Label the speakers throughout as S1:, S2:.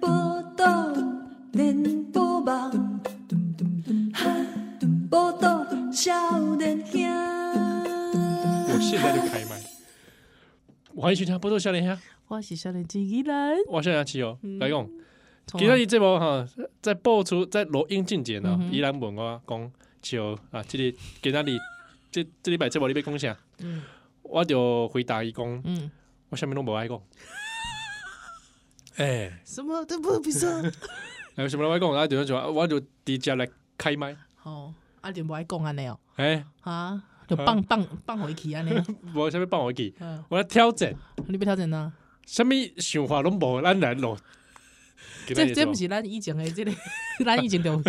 S1: 报道连波网，报道少年兄。
S2: 我现在就开麦。欢迎收听波多少年兄，
S3: 我是少年机器人，
S2: 我是杨奇哦，
S3: 嗯
S2: 来用。
S3: 从
S2: 今仔日这部哈，在播出在录音进前呢
S3: 啊嗯，哼
S2: 依然问我讲，就啊，这里今仔日这这礼拜这部你要讲啥？
S3: 嗯
S2: 我就回答伊讲，
S3: 嗯，
S2: 我啥物拢无 爱讲。哎，
S3: 什么都不啊不 说，
S2: 还有什么拢爱讲？啊，就就我就直接来开麦。
S3: 哦，啊，就无爱讲安尼哦，
S2: 哎，
S3: 啊，就放放放回去安尼，
S2: 无啥物帮我记，
S3: 嗯，
S2: 我来挑战，
S3: 你要调整呐？
S2: 啥物想法拢无，咱来录。今天
S3: 这
S2: 的
S3: 这
S2: 节目
S3: 不是咱以前的这个， 咱以前就有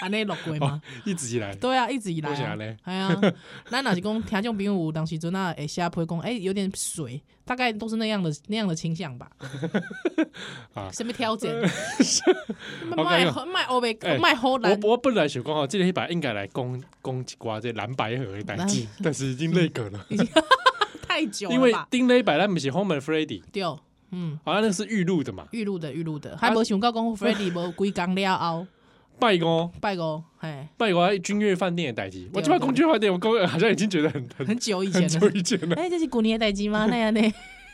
S3: 安尼录过 吗？
S2: 一直以来，
S3: 对啊，一直以来
S2: 都是
S3: 啊，
S2: 安尼
S3: 哎呀， 咱若是讲听众朋友有当时阵啊，会下批讲，哎，有点水，大概都是那样的那样的倾向吧。
S2: 啊
S3: 什么 调整？
S2: 我跟
S3: 卖
S2: 你讲
S3: 卖欧美
S2: 哎
S3: 卖荷兰
S2: 我我本来想讲哦，这礼拜应该来攻攻一挂这蓝白河的代志， 但是已经那个了，
S3: 太久
S2: 啊因
S3: 嗯了
S2: 为
S3: 吧？
S2: 丁那一百咱不是 Home and Freddy，
S3: 对，嗯。
S2: 好像那个是预录的嘛，
S3: 预录的预录
S2: 啊
S3: 的，还无想到讲 Freddy 无几工了后，
S2: 拜五
S3: 拜五，嘿，
S2: 拜五啊君悦饭店的代志，我
S3: 对
S2: 这边
S3: 对
S2: 公君悦饭店，我公好像已经觉得 很很
S3: 很久以前
S2: 很久
S3: 的。
S2: 以前了。
S3: 哎，这是旧年的代志吗？那 样呢？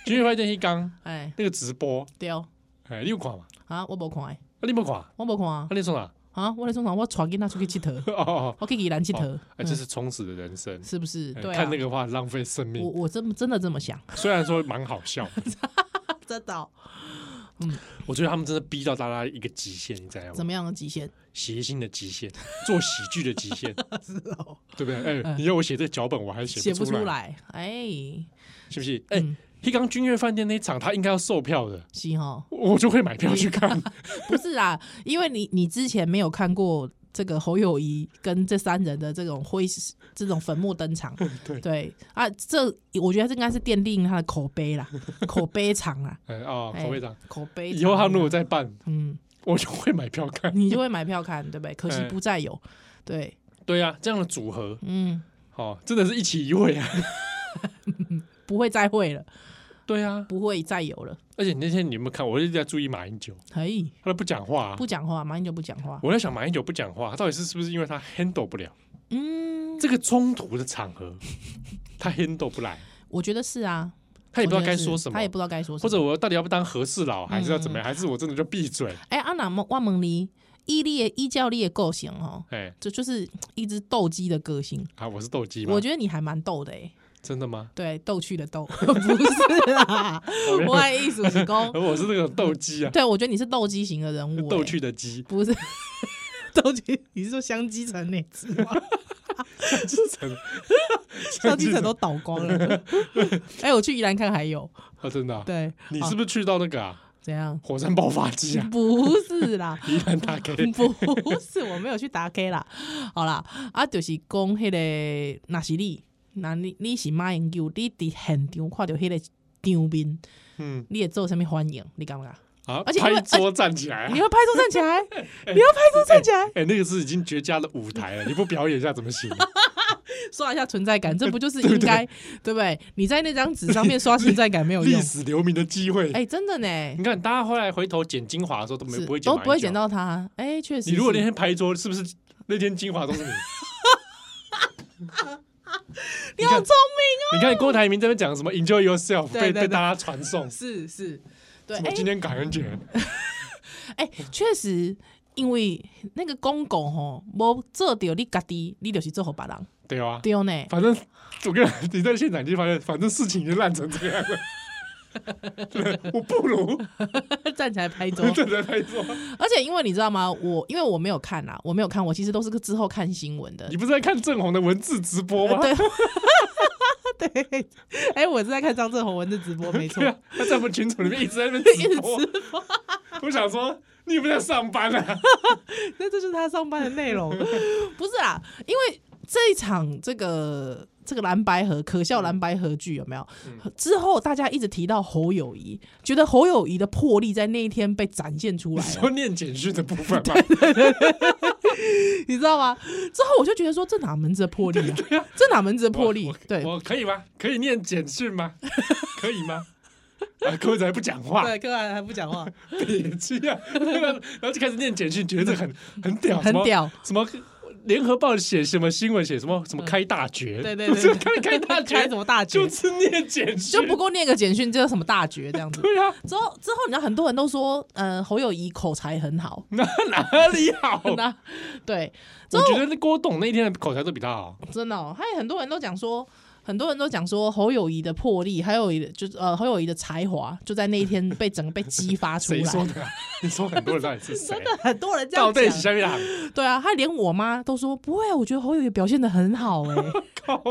S2: 君悦饭店一刚
S3: 哎，
S2: 那个直播，
S3: 对哦，
S2: 哎，你有看嘛？
S3: 啊，我无看的，
S2: 啊，你没看？啊，
S3: 我无看啊，
S2: 你说啥？
S3: 啊，我咧通常我带囡仔出去佚佗，
S2: 哦哦，
S3: 我去宜兰佚
S2: 哦
S3: 佗，
S2: 哎，这
S3: 嗯
S2: 是充实的人生。
S3: 是不是？
S2: 哎
S3: 对啊
S2: 看那，个话浪费生
S3: 我
S2: 命，
S3: 我真真的这么想，
S2: 虽然说蛮好笑，
S3: 真的哦
S2: 哦我觉得他们真的逼到大家一个极限，你知道
S3: 怎
S2: 吗？
S3: 么样的极限？
S2: 谐星的极限， 做喜剧的极限，
S3: 是哦，
S2: 对不对？哎、
S3: 嗯
S2: 你要我写这脚本，我还
S3: 写
S2: 不
S3: 不
S2: 出
S3: 出
S2: 来，
S3: 来，哎，
S2: 是不是？哎、
S3: 嗯
S2: 黑钢君悦饭店那一场，他应该要售票的，
S3: 是哦，
S2: 我就会买票去 看。
S3: 不是啊，因为你你之前没有看过这个侯友谊跟这三人的这种灰这种粉墨登场，
S2: 嗯对
S3: 啊，这我觉得这应该是奠定他的口碑啦，口碑场啦，
S2: 哎哦，
S3: 哎
S2: 口味长，
S3: 口碑场。
S2: 以后他们如果再办，
S3: 嗯，
S2: 我就会买票看。
S3: 你就会买票看，对不对？可惜
S2: 哎
S3: 不再有，对，
S2: 对啊，这样的组合，
S3: 嗯，
S2: 哦，真的是一起一会啊。
S3: 不会再会了，
S2: 对啊，
S3: 不会再有了。
S2: 而且那天你有没有看？我一直在注意马英九，
S3: 可以
S2: 他都不讲话啊、
S3: 不讲话，马上就不讲话。
S2: 我在想马英九不讲话，到底是是不是因为他 handle 不了
S3: 嗯，
S2: 这个冲突的场合，他 handle 不来，
S3: 我觉得是啊，
S2: 他也不知
S3: 我
S2: 道
S3: 觉得
S2: 该
S3: 是嗯
S2: 说什么
S3: 他也，不知道该说什
S2: 或
S3: 么。
S2: 者我到底要不当和事佬，还是要怎么样？还是我真的就闭 嘴？
S3: 哎，阿南莫万蒙尼，依你的依照你的构型哦，
S2: 哎、
S3: 这就是一只斗鸡的个性。
S2: 啊，我是斗鸡吗？
S3: 我觉得你还蛮逗的哎、
S2: 真的吗？
S3: 对，逗趣的逗， 不是啦，我的意思是讲，
S2: 而我是那种斗鸡 啊，
S3: 对我觉得你是斗鸡型的人物、欸，
S2: 斗趣的鸡，
S3: 不是斗鸡，你是说香鸡城那只吗？ 香鸡城都倒光了。 哎、我去宜兰看还有，
S2: 啊，真的啊、
S3: 对，
S2: 你是不是去到那个啊
S3: 怎样？
S2: 火山爆发机 啊？
S3: 不是啦，
S2: 宜兰大 K，
S3: 嗯 不是，我没有去打 K 啦。好啦，啊，就是讲迄、个若是你，那你你是马英九，你伫现场看到迄个场面，
S2: 嗯
S3: 你会做什么反应？你感觉？
S2: 啊，
S3: 而且因为
S2: 拍桌站起来啊
S3: 你！要拍桌站起来， 你要拍桌站起来，
S2: 哎，那个是已经绝佳的舞台了，你不表演一下怎么行？
S3: 刷一下存在感，这不就是应 该对不对？你在那张纸上面刷存在感 没有
S2: 历
S3: 用，
S2: 史留名的机会，
S3: 哎，真的呢
S2: 你，看大家后来回头剪精华的时候都没
S3: 是
S2: 不会剪，
S3: 都不会捡。到它，哎，确实是。
S2: 你如果那天拍桌，是不是那天精华都是你？
S3: 你好
S2: 看
S3: 聪 明
S2: 你看郭台铭这边讲什么 “enjoy yourself”，
S3: 对
S2: 被
S3: 对
S2: 被
S3: 对
S2: 大家传颂
S3: 哦，。是是，对，
S2: 我今
S3: 哎
S2: 天感恩节，
S3: 哎，确实。因为那个公公吼，无做到你家己，你就是做好别人。
S2: 对啊，
S3: 对呢，
S2: 反正我跟你讲，你在现场你就发现，反正事情已经烂成这样了。对我不如
S3: 站起来拍桌。
S2: 站在拍桌。
S3: 而且因为你知道吗？我因为我没有看啦，我没有看，我其实都是个之后看新闻的
S2: 你。不是在看郑红的文字直播吗？
S3: 对 对，哎，我是在看张正宏文的直播，没错
S2: 对。啊，他在我们群组里面一直在那边直播。我想说，你有没有在上班啊？
S3: 啊那这就是他上班的内容，不是啦，因为这一场这个这个蓝白河可笑蓝白河剧有没有？之后大家一直提到侯友谊，觉得侯友谊的魄力在那一天被展现出来
S2: 你
S3: 了。
S2: 说念简讯的部分嘛，
S3: 你知道吗？之后我就觉得说，这哪门子的魄力啊？这哪门子的魄力
S2: 我？
S3: 对
S2: 我可以吗？可以念简讯吗？可以吗？ 啊，柯文哲还不讲话，，
S3: 柯南还不讲话，
S2: 别气啊！然后就开始念简讯，觉得这很很屌，
S3: 很屌。
S2: 什么。什么联合报写什么新闻？写什么什么开大决？
S3: 对对
S2: 不是
S3: 对
S2: 开 开大决，
S3: 开什么大决
S2: 就是念简讯，
S3: 就不过念个简讯，这有什么大绝这样子？
S2: 对啊，
S3: 之后之后，你知道很多人都说，呃，侯友谊口才很好，
S2: 哪哪里 好？
S3: 那对，之
S2: 我
S3: 后
S2: 觉得那郭董那一天的口才都比他好。
S3: 真的、哦，还有很多人都讲说，很多人都讲说侯友谊的魄力，还有一就是呃侯友谊的才华，就在那一天被整个被激发出来
S2: 谁。说的啊？ 你说很多人到底是 谁？
S3: 很多人这
S2: 到
S3: 样
S2: 底是
S3: 讲，
S2: 下面喊
S3: 对啊，他连我妈都说不会啊，我觉得侯友谊表现的很好哎、
S2: 靠？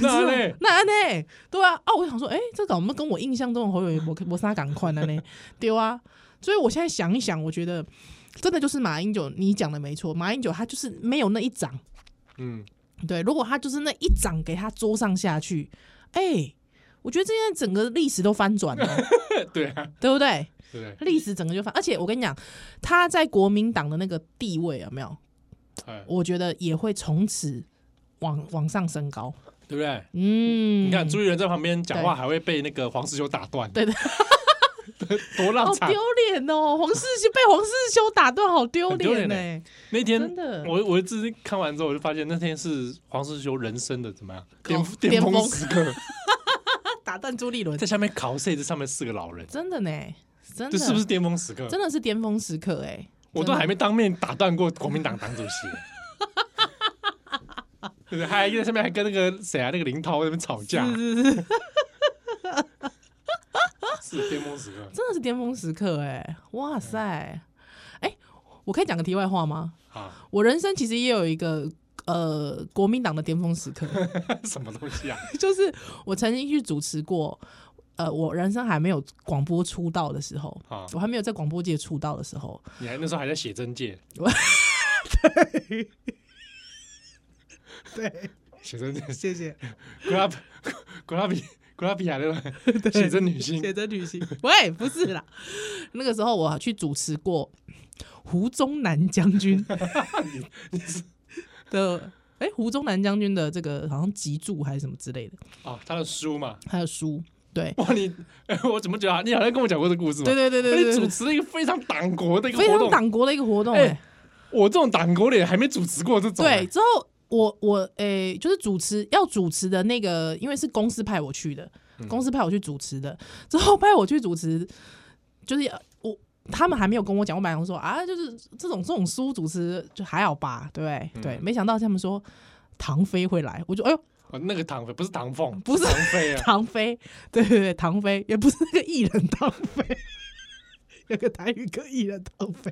S2: 那嘞，
S3: 那安呢？对啊，啊，我想说，哎、这怎么跟我印象中的侯友谊摩摩杀赶快了呢？ 对啊，所以我现在想一想，我觉得真的就是马英九，你讲的没错，马英九他就是没有那一掌，
S2: 嗯，
S3: 对，如果他就是那一掌给他桌上下去，哎、我觉得这现在整个历史都翻 转了，
S2: 对啊，
S3: 对不对？
S2: 对不对？
S3: 历史整个就翻，而且我跟你讲，他在国民党的那个地位有没有？
S2: 哎，
S3: 我觉得也会从此往往上升高。
S2: 对不对？
S3: 嗯，
S2: 你看朱一元在旁边讲话，
S3: 对
S2: 还会被那个黄世修打断，
S3: 对的，
S2: 多浪
S3: 好
S2: 惨
S3: 丢！脸哦！黄世修被黄世修打断，好丢
S2: 很丢脸
S3: 脸呢、
S2: 欸那天
S3: 真的
S2: 我我自己看完之后，我就发现那天是黄世修人生的怎么样巅
S3: 高
S2: 巅
S3: 哦巅
S2: 峰
S3: 峰
S2: 时刻，
S3: 打断朱立伦，
S2: 在下面考试这上面四个老人，
S3: 真的呢、真
S2: 这
S3: 的
S2: 是不是巅峰时刻？
S3: 真的是巅峰时刻、哎，
S2: 我都还没当面打断过国民党党主席。对不对？还在上面还跟那个谁啊，那个林涛在那边吵架，
S3: 是是是，
S2: 是巅峰时刻。
S3: 真的是巅峰时刻、哎，哇塞，哎、
S2: 嗯
S3: 我可以讲个题外话吗？
S2: 啊，
S3: 我人生其实也有一个呃国民党的巅峰时刻，
S2: 什么东西啊？
S3: 就是我曾经去主持过，呃，我人生还没有广播出道的时候，
S2: 啊
S3: 我还没有在广播界出道的时候，
S2: 你还那时候还在写真界，
S3: 对，
S2: 写真界，
S3: 谢谢。
S2: 古拉古拉比古拉比亚那个写真女星
S3: 写真旅行， 喂，不是啦，那个时候我去主持过胡宗南将 军的，哎、胡宗南将军的这个好像集注还是什么之类的，
S2: 哦，她的书嘛。
S3: 还有书，对，
S2: 哇，你、哎我怎么觉得、啊、你好像跟我讲过这故事嘛？哎
S3: 对对对对对
S2: 你
S3: 对
S2: 主持了一个非常党国的一个
S3: 非
S2: 活
S3: 常
S2: 动，
S3: 党国的一个活动、
S2: 哎
S3: 哎
S2: 我这种党国脸还没主持过这种、啊欸
S3: 对，，之后我我诶、就是主持要主持的那个，因为是公司派我去的，
S2: 嗯
S3: 公司派我去主持的，之后派我去主持，就是呃我他们还没有跟我讲，我本来想说啊，就是这种这种书主持就还好吧，对不对？对，
S2: 嗯
S3: 没想到他们说唐飞会来，我就哎呦。
S2: 哦、那个唐飞不是唐凤，
S3: 不是
S2: 唐 飞啊，
S3: 唐飞，对对对，唐飞也不是那个艺人唐飞， 有个台语歌艺人唐飞，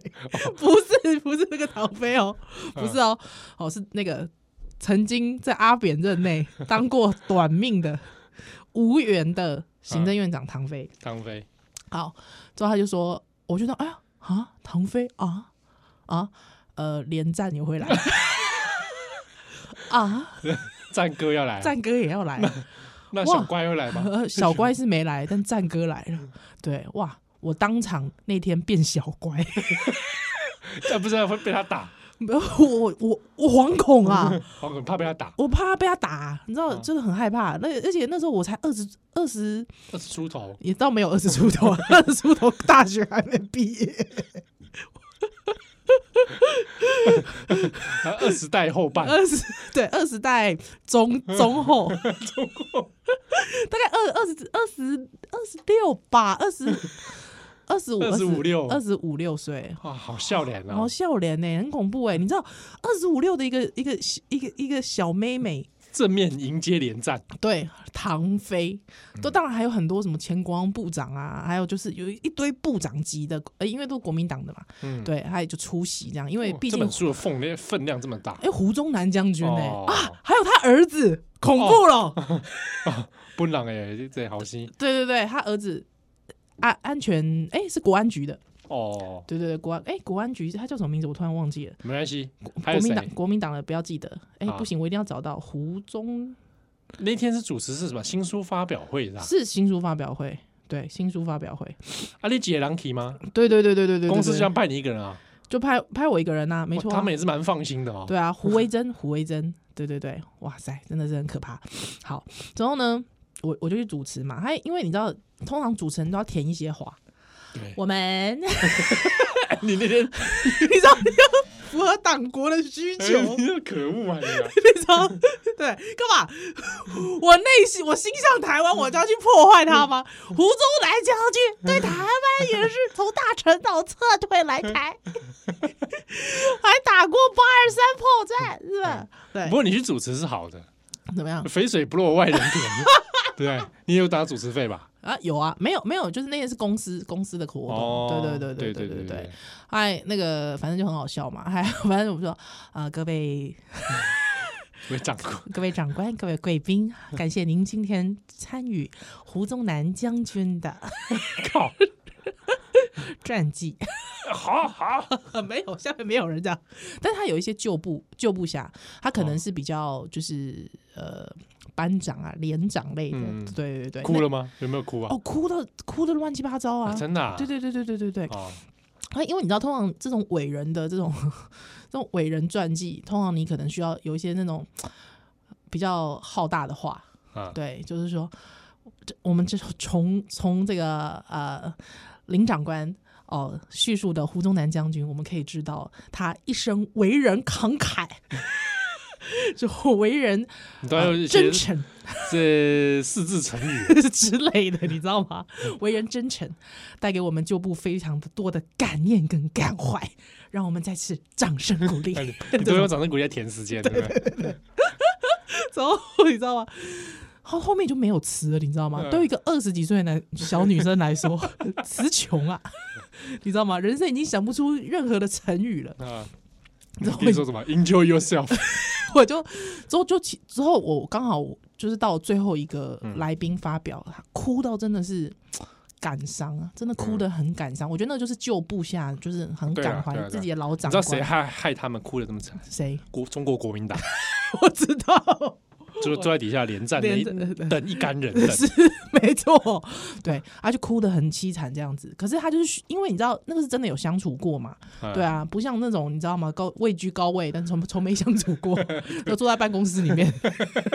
S3: 不是不是那个唐飞哦，不是哦，哦是那个曾经在阿扁任内当过短命的无缘的行政院长唐飞。
S2: 唐飞
S3: 好，之后他就说，我就说，哎呀啊，唐飞啊啊，呃，连战也会来啊，
S2: 战哥要来啊，
S3: 战哥也要来。
S2: 那
S3: 哇
S2: 小乖会来 吗？
S3: 呃，小乖是没来，但战哥来了。对，哇，我当场那天变小乖，
S2: 啊，不是会被他打，
S3: 没有我我我惶恐啊，
S2: 好很怕被他打，
S3: 我怕被他打，啊你知道，
S2: 嗯
S3: 真的很害怕。啊那而且那时候我才二十二十，
S2: 二十出头，
S3: 也倒没有二十出头，啊二十出头大学还没毕业，
S2: 啊二十代后半，
S3: 二十对二十代中中后，中后 大概二二十二十二十六吧，二十二十五
S2: 25六
S3: 二十五六岁，
S2: 哇，好笑脸
S3: 然
S2: 啊
S3: 后！笑脸呢，很恐怖哎、你知道二十五六的一个一个一个一个小妹妹，
S2: 正面迎接连战，
S3: 对唐飞，
S2: 嗯
S3: 都当然还有很多什么前国防部长啊，还有就是有一堆部长级的，呃，因为都是国民党的嘛，
S2: 嗯
S3: 对，他也就出席这样，因为
S2: 哇
S3: 毕
S2: 这
S3: 竟
S2: 本书的分量分量这么大
S3: 哎、，胡宗南将军呢、
S2: 哦
S3: 啊，还有他儿子，恐怖了，
S2: 不朗哎，这好心
S3: 对对对，他儿子安、安全哎、是国安局的，
S2: 哦，
S3: 对对对，国安哎、国安局他叫什么名字我突然忘记了。
S2: 没关系，还
S3: 国
S2: 有
S3: 民
S2: 谁？
S3: 党国民党的不要记得，哎、
S2: 啊
S3: 不行，我一定要找到胡宗
S2: 那天是主持是什么新书发表会是吧？
S3: 是新书发表会，对，新书发 表会，
S2: 啊，你姐狼体吗？
S3: 对对对对对对，对
S2: 公司
S3: 对
S2: 这样派你一个人啊？
S3: 就派派我一个人呐、没
S2: 哇
S3: 错、啊，
S2: 他们也是蛮放心的哦。
S3: 对啊，胡维珍，胡维珍，对对对，哇塞，真的是很可怕。好，然后呢，我我就去主持嘛，他因为你知道，通常主持人都要填一些话，
S2: 对，
S3: 我们
S2: 你
S3: 你
S2: 那天
S3: 知道 要符合党国的需
S2: 哎
S3: 求，
S2: 呦你这可恶啊你啊！
S3: 你知道对干嘛？ 我内心我心向台湾，我就要去破坏它吗？胡宗南将军对台湾也是从大陈岛撤退来台，还打过八二三炮战，是吧？对
S2: 嗯不，过你去主持是好的，
S3: 怎么样？
S2: 肥水不落外 人田，对不对？你也有打主持费吧？
S3: 啊，有啊，没有没有，就是那天是公司公司的活动，对对
S2: 哦对
S3: 对对
S2: 对
S3: 对对。哎，那个反正就很好笑嘛，还反正我们说啊、各位
S2: 没长过。
S3: 各位长官、各位贵宾，感谢您今天参与胡宗南将军的
S2: 靠，
S3: 传记。
S2: 好好，
S3: 没有，下面没有人这样，但他有一些旧部旧部下，他可
S2: 哦
S3: 能是比较就是、呃班长啊、连长类的，
S2: 嗯
S3: 对对 对，
S2: 哭
S3: 那
S2: 了吗？有没有哭啊
S3: 哦，？哭的哭的乱七八糟啊，
S2: 啊真的啊，
S3: 对对对对对对对，
S2: 哦，
S3: 啊，因为你知道，通常这种伟人的这种 这种伟人传记，通常你可能需要有一些那种比较浩大的话，
S2: 啊，
S3: 对，就是说，这我们这从从这个呃林长官哦、叙述的胡宗南将军，我们可以知道他一生为人慷慨， 就为人、
S2: 你都要
S3: 呃、
S2: 有
S3: 真
S2: 写
S3: 诚
S2: 这四字成语，啊
S3: 之类的，你知道吗？为人真诚，带给我们旧部非常多的感念跟感怀，让我们再次掌声鼓励。
S2: 你都用掌声鼓励来填时间，对不对？
S3: 之后 你知道吗？后后面就没有词了，你知道吗？
S2: 嗯
S3: 对于一个二十几岁的男小女生来说， 词 穷啊，你知道吗？人生已经想不出任何的成语了。
S2: 啊，
S3: 然后
S2: 你说什么？Enjoy yourself，
S3: 我就之后就起之后我刚好就是到最后一个
S2: 嗯
S3: 来宾发表，他哭到真的是感伤啊，真的哭得很感伤。我觉得那就是旧部下，就是很
S2: 嗯对啊
S3: 感
S2: 对啊对
S3: 怀
S2: 啊
S3: 自己的老
S2: 你
S3: 长
S2: 知道
S3: 官。
S2: 谁害害他们哭的这么惨？
S3: 谁？
S2: 国中国国民党
S3: 我知道，
S2: 就是坐在底下连战那一
S3: 连战
S2: 等一干人等，
S3: 是没错，对，他就哭得很凄惨这样子。可是他就是因为你知道那个是真的有相处过嘛，
S2: 啊
S3: 对啊，不像那种你知道吗？高位居高位，但从从没相处 过，都坐在办公室里面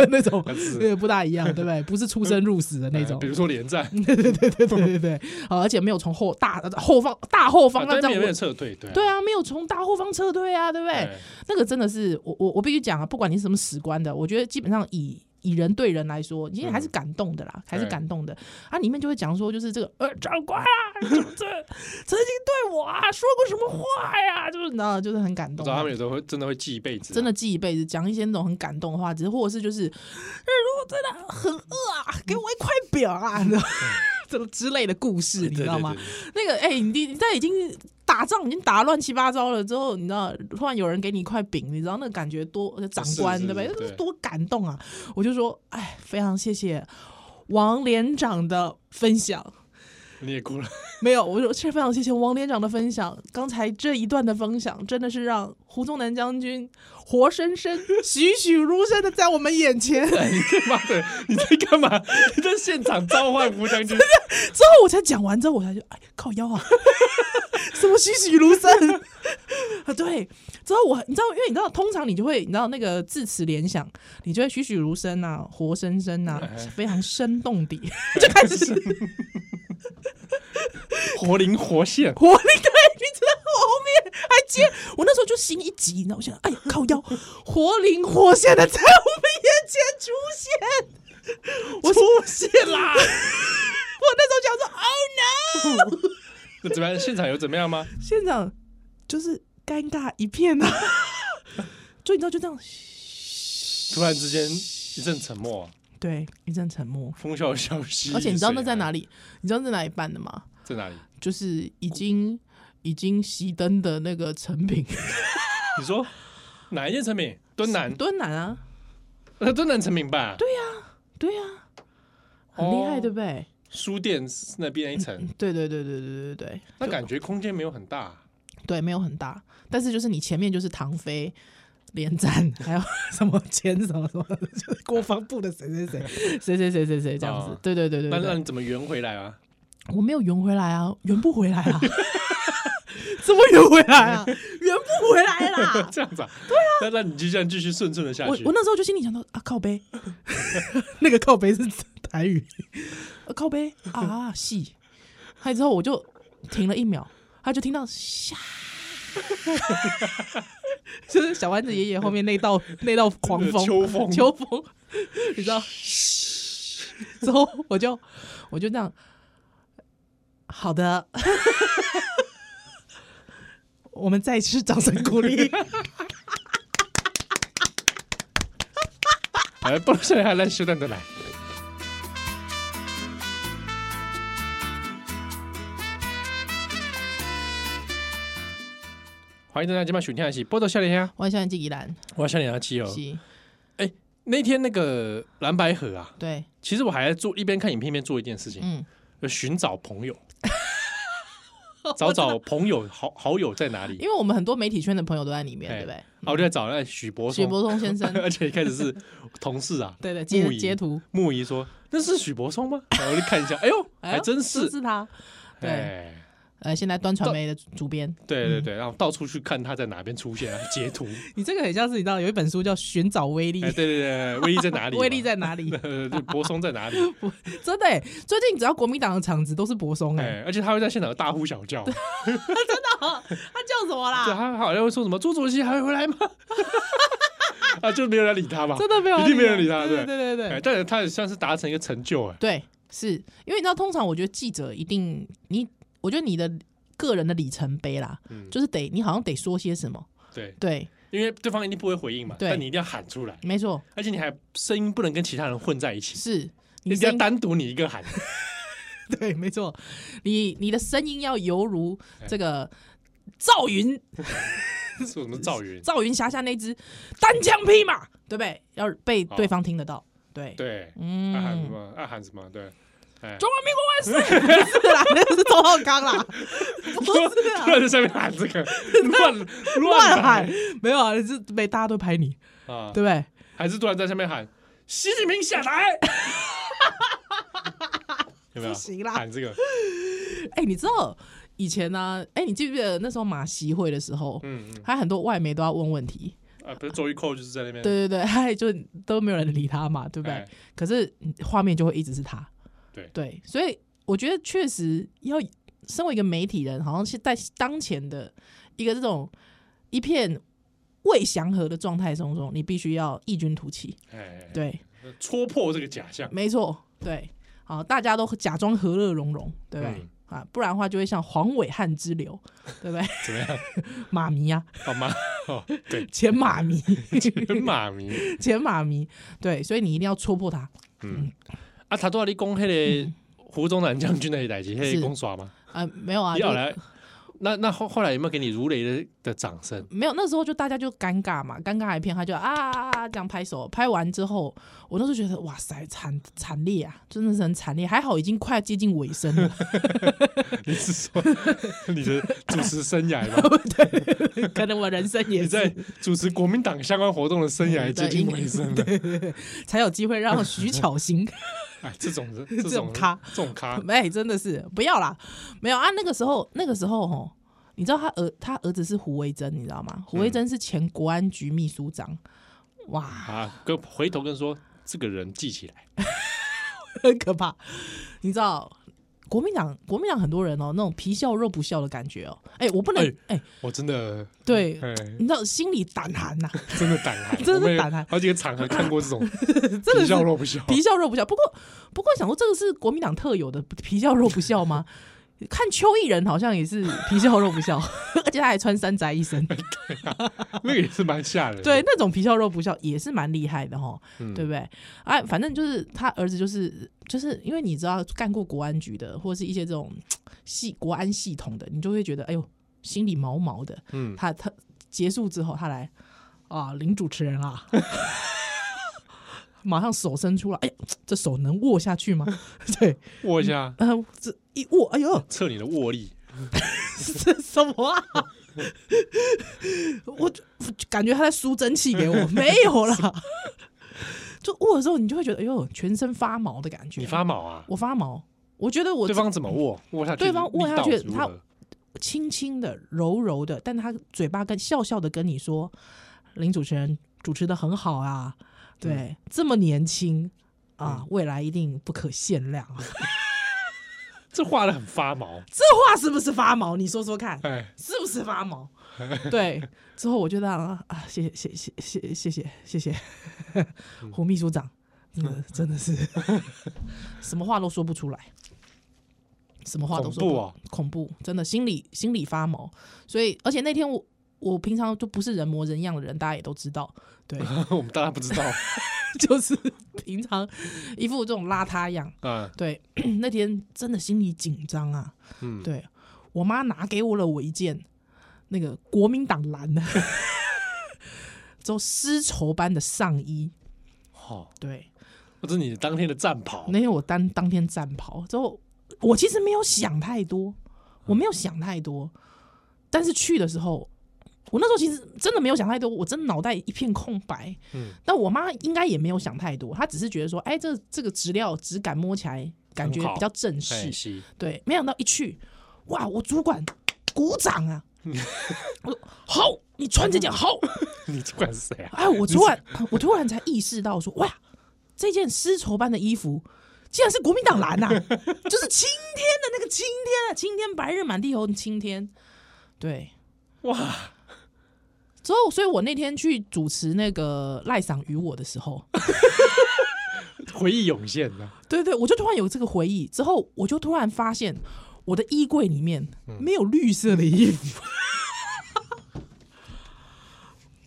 S3: 那种，
S2: 是
S3: 对，不大一样，对不对？不是出生入死的那
S2: 哎
S3: 种
S2: 比，如说连战，
S3: 对对对对，好，而且没有从后大后方大后方
S2: 反
S3: 那
S2: 正
S3: 这
S2: 没有
S3: 样
S2: 没有
S3: 问。
S2: 撤退，对啊
S3: 对啊，没有从大后方撤退啊，对不对？
S2: 哎
S3: 那个真的是我我我必须讲啊，不管你是什么史官的，我觉得基本上以以人对人来说，其实还是感动的啦，
S2: 嗯
S3: 还是感动的。啊，里面就会讲说，就是这个呃长官啊，这这曾经对我啊说过什么话呀，就是你知道，就是很感
S2: 我
S3: 动啊
S2: 知道。他们有时候会真的会记一辈子啊，
S3: 真的记一辈子，讲一些那种很感动的话，只是或者是就是，呃如果真的很饿啊，给我一块饼啊，你知道 这种之类的故事，
S2: 嗯对，
S3: 你知道吗
S2: 对？？对对
S3: 那个哎、你你在已经打仗已经打得乱七八糟了之后，你知道突然有人给你一块饼，你知道那个感觉多呃长官
S2: 是是
S3: 对不对？
S2: 是
S3: 那
S2: 对
S3: 是多感动啊！我就说，哎，非常谢谢王连长的分享。
S2: 对你也哭了，
S3: 没有，我说是非常谢谢王连长的分享。刚才这一段的分享，真的是让胡宗南将军活生生、栩栩如生的在我们眼前。
S2: 妈的，你在干嘛？你在现场召唤胡 将军？
S3: 之后我才讲完之后，我才就哎靠腰啊， 什么栩栩如生 啊？对，之后我你知道，因为你知道，通常你就会你知道那个字词联想，你就会栩栩如生啊，活生生啊
S2: 哎，
S3: 非常生动地就开始
S2: 活灵活现，
S3: 活力。对，你知道我后面还接，我那时候就心一急，你知道，我想哎呀靠腰，活灵活现的在我们眼前出现，我出现啦！我那时候想说，Oh no！
S2: 那怎么样？现场有怎么样吗？
S3: 现场就是尴尬一片啊， 就你知道就这样，
S2: 突然之间一阵沉默，
S3: 对，一阵沉默。
S2: 风萧萧兮。
S3: 而且你知道那在哪
S2: 里？
S3: 里？你知道在哪里办的吗？
S2: 在哪里？
S3: 就是已经已经熄灯的那个成品
S2: 你说哪一件成品？敦南，
S3: 敦南啊，
S2: 呃，敦南成品吧？对，
S3: 对啊，很厉害，
S2: 哦
S3: 对不对？
S2: 书店那边一层，
S3: 对对对对对对对对，
S2: 那
S3: 嗯就
S2: 感觉空间没有很大。
S3: 对没有很大，但是就是你前面就是唐飞。连 战，还有什么前什么什么，就是国防部的谁谁谁谁谁谁谁谁这样子
S2: 哦。
S3: 对对对对
S2: 那那
S3: 对，
S2: 你怎么圆回来啊？
S3: 我没有圆回来啊，圆不回来 啊，怎么圆回来啊？圆不回来啦
S2: ！这样子啊？对啊。那那你就这样继续顺顺的下
S3: 我
S2: 去
S3: 我。那时候就心里想到啊，靠背， 那个靠背是台语，啊靠背啊戏，还之后我就停了一秒，他就听到下， 就是小丸子爷爷后面那道那道狂风，
S2: 秋风
S3: 秋风，你知道，之后我就我就这样，好的。 我们再一次掌声鼓励。
S2: 哎，不能还来修蛋的来。欢迎大家今晚收听的是《波多夏莲香》，
S3: 我很喜欢纪怡兰，
S2: 我夏莲香七哦。
S3: 是，
S2: 那天那个蓝白河啊，
S3: 对，
S2: 其实我还在做一边看影片一边做一件事情，
S3: 嗯，
S2: 就寻找朋 友，找找朋友好好友在哪里。
S3: 因为我们很多媒体圈的朋友都在里面，
S2: 哎
S3: 对不对？
S2: 啊，我就在找那许博
S3: 许
S2: 松，
S3: 博松先生，
S2: 而且一开始 是同事啊，
S3: 对对，
S2: 木
S3: 截
S2: 仪
S3: 截图，
S2: 木仪说那是许博松吗？然后我就看一下，哎呦，
S3: 哎
S2: 还
S3: 呦
S2: 真
S3: 是
S2: 是，
S3: 是他，对
S2: 哎
S3: 呃，现在端传媒的主编，
S2: 对对
S3: 嗯
S2: 对，然后到处去看他在哪边出现，啊截图。
S3: 你这个很像是你知道有一本书叫《寻找威力
S2: 哎，》，对对对，威力在哪里嘛？
S3: 威力在哪里？
S2: 呃， 对柏松在哪 里？
S3: 真的欸，最近只要国民党的场子都是柏松哎，
S2: 哎，而且他会在现场大呼小叫，对
S3: 他叫什么啦？
S2: 他好像会说什么“朱主席还会回来吗？” 啊，就没有人理他吧？
S3: 真的没有人，
S2: 一定没有人理他，对
S3: 对对对对
S2: 哎，
S3: 对
S2: 但是他也算是达成一个成就，哎，
S3: 对，是因为你知道，通常我觉得记者一定你，我觉得你的个人的里程碑啦，
S2: 嗯
S3: 就是得你好像得说些什么，
S2: 对，
S3: 对，
S2: 因为对方一定不会回应嘛，
S3: 对
S2: 但你一定要喊出来，
S3: 没错，
S2: 而且你还声音不能跟其他人混在一起，
S3: 是。
S2: 一
S3: 你
S2: 定
S3: 声
S2: 要
S3: 音
S2: 单独你一个喊，
S3: 对，没错，你你的声音要犹如
S2: 哎
S3: 这个赵云，
S2: 是什么赵云？
S3: 赵云峡下那只单枪匹马，对不对？要被对方听得到，对，
S2: 哦对，
S3: 嗯，
S2: 爱喊什么？爱喊什么？对，哎，
S3: 中华民国万岁！不是啦， 那是周浩刚 啦，不是
S2: 突
S3: 啊，
S2: 然在下面喊 这个，乱
S3: 乱
S2: 乱
S3: 喊没有啊，是被大家都拍你，
S2: 啊！
S3: 对不对？
S2: 还是突然在下面喊“习近平下 台”，有没有？
S3: 不行啦
S2: 喊这个，
S3: 哎，你知道以前呢、哎，你记不记得那时候马习会的时候，
S2: 嗯嗯
S3: 还很多外媒都要问问题，
S2: 啊，不是周玉蔻就是在那边，
S3: 对对 对，嗨，就都没有人理他嘛，对不对？
S2: 哎
S3: 可是嗯画面就会一直是他，
S2: 对
S3: 对，所以我觉得确实要身为一个媒体人，好像是在当前的一个这种一片未祥和的状态中中，你必须要异军突起，
S2: 哎哎，
S3: 对，
S2: 哎戳破这个假象，
S3: 没错，对，好，大家都假装和乐融融，对不对？
S2: 嗯
S3: 啊，不然的话就会像黄伟汉之流，对不对？
S2: 怎么样？
S3: 马迷啊，
S2: 好 吗？哦，对，
S3: 前马迷，
S2: 跟马迷
S3: 前马迷，对，所以你一定要戳破他。
S2: 啊，他都要你讲那个胡宗南将军那一代，那
S3: 嗯是
S2: 个公耍吗？
S3: 啊，没有啊，
S2: 你
S3: 就
S2: 要来，那那后后来有没有给你如雷的的掌声？
S3: 没有，那时候就大家就尴尬嘛，尴尬还骗他就啊啊啊啊这样拍手，拍完之后，我那时候觉得哇塞，惨惨烈啊，真的是很惨烈，还好已经快接近尾 声了，
S2: 你是说你的主持生涯 吗？
S3: 可能我人生也
S2: 你在
S3: 是
S2: 主持国民党相关活动的生涯接近尾声 了。
S3: 才有机会让徐 巧芯，
S2: 哎，这种 人，这种
S3: 咖，
S2: 这种咖，
S3: 哎，真的是不要啦，没有啊，那个时候那个时候吼。你知道他儿他儿子是胡维珍，你知道吗？胡
S2: 嗯
S3: 维珍是前国安局秘书长，哇，
S2: 啊，跟回头跟说，这个人记起来，
S3: 很可怕。你知道国民党国民党很多人哦，那种皮笑肉不笑的感觉哦。哎、我不能
S2: 哎
S3: 哎、
S2: 我真的，
S3: 对，
S2: 哎，
S3: 你知道心里胆寒呐、
S2: 真的胆寒，
S3: 真的
S2: 我们有
S3: 胆寒
S2: 好几个场合看过这种
S3: 真的
S2: 皮
S3: 是
S2: 笑肉不笑，
S3: 皮笑肉不笑。不过不过，想说这个是国民党特有的皮笑肉不笑吗？ 看邱毅人好像也是皮笑肉不笑， 而且他还穿山宅一身，
S2: 那个也是蛮吓人的。
S3: 对，那种皮笑肉不笑也是蛮厉害的哈，
S2: 嗯
S3: 对不对？哎，反正就是他儿子就是就是因为你知道干过国安局的，或是一些这种系国安系统的，你就会觉得哎呦心里毛毛的。
S2: 嗯，
S3: 他他结束之后，他来啊，林主持 人啊，马上手伸出来，哎呀，这手能握下去吗？ 对，
S2: 握一下，
S3: 嗯、这一握，哎呦，
S2: 测你的握力，
S3: 这什么啊？我就感觉他在输蒸汽 给我，没有啦。就握的时候，你就会觉得哎呦，全身发毛的感觉。
S2: 你发毛啊？
S3: 我发毛，我觉得我
S2: 对方怎么握？握下去，
S3: 对方握下去他
S2: 他
S3: 轻轻的、柔柔的，但他嘴巴跟笑笑的跟你说：“林主持人主持的很好啊，
S2: 嗯
S3: 对，这么年轻啊，未来一定不可限量。”啊。。
S2: 这画的很发毛
S3: 这话是不是发毛？你说说看，
S2: 哎，
S3: 是不是发毛？ 对，之后我就让啊，谢谢谢谢谢谢谢谢谢谢
S2: 嗯
S3: 胡秘书长，真 的真的是什么话都说不出来，什么话都说不
S2: 恐怖哦
S3: 恐怖，真的心里心里发毛。所以，而且那天我我平常就不是人模人样的人，大家也都知道，对，
S2: 我们当然不知道
S3: 就是平常一副这种邋遢样。
S2: 啊，
S3: 对， 那天真的心里紧张啊，
S2: 嗯，
S3: 对我妈拿给我了我一件那个国民党 蓝的，之后丝绸般的上衣。
S2: 好，
S3: 对，
S2: 或者你当天的战袍，
S3: 那天我当当天战袍之后，我其实没有想太多，我没有想太多，但是去的时候。我那时候其实真的没有想太多，我真的脑袋一片空白。
S2: 嗯，
S3: 但我妈应该也没有想太多，她只是觉得说，哎，这这个质料质感摸起来感觉
S2: 很好
S3: 比较正
S2: 哎
S3: 式，
S2: 是
S3: 对，没想到一去，哇，我主管鼓 掌啊！我说好，你穿这件好。
S2: 你主管是谁啊？
S3: 哎，我突然，我突然才意识到说，哇，这件丝绸般的衣服。竟然是国民党蓝呐、啊就是青天的那个青天啊，青天白日满地红，青天。对，
S2: 哇，
S3: 之后，所以我那天去主持那个赖赏与我的时候，
S2: 回忆涌现啊呢。
S3: 对对，我就突然有这个回忆，之后我就突然发现我的衣柜里面
S4: 嗯
S3: 没有绿色的衣服，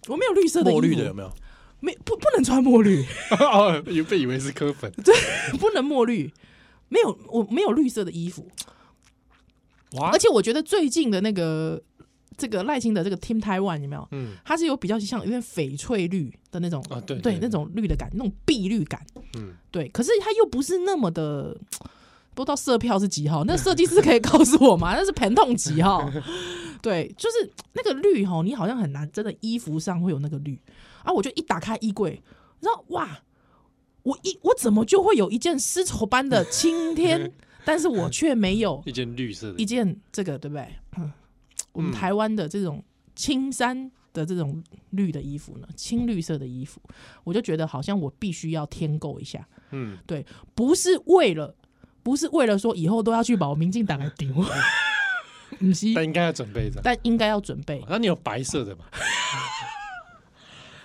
S3: 我没有绿色的衣服，
S4: 墨绿的有没有？
S3: 没不不能穿墨绿，
S2: 哦，以被以为是科 粉，
S3: 不能墨绿，没有我没有绿色的衣服，
S2: 哇
S3: 而且我觉得最近的那个这个赖清德这个 Team Taiwan 有没有？
S2: 嗯，
S3: 它是有比较像有点翡翠绿的那种
S2: 啊对
S3: 对
S2: 对
S3: 那种绿的感，那种碧绿感，
S2: 嗯，
S3: 对，可是它又不是那么的，不知道色票是几 号，那设计师可以告诉我吗？那是盆痛几号？ 对，就是那个绿哈，你好像很难真的衣服上会有那个绿啊。我就一打开衣柜，然后哇，我一我怎么就会有一件丝绸般的 青天，但是我却没有
S2: 一件绿色的
S3: 一，件这个，对不对？ 嗯我们
S2: 嗯
S3: 台湾的这种青山的这种绿的衣服呢，青绿色的衣服，我就觉得好像我必须要添购一下。
S2: 嗯，
S3: 对，不是为了，不是为了说以后都要去把我 民进党来丢，不是，
S2: 但应该要准备的。
S3: 但应该要准备。
S2: 那你有白色的吗？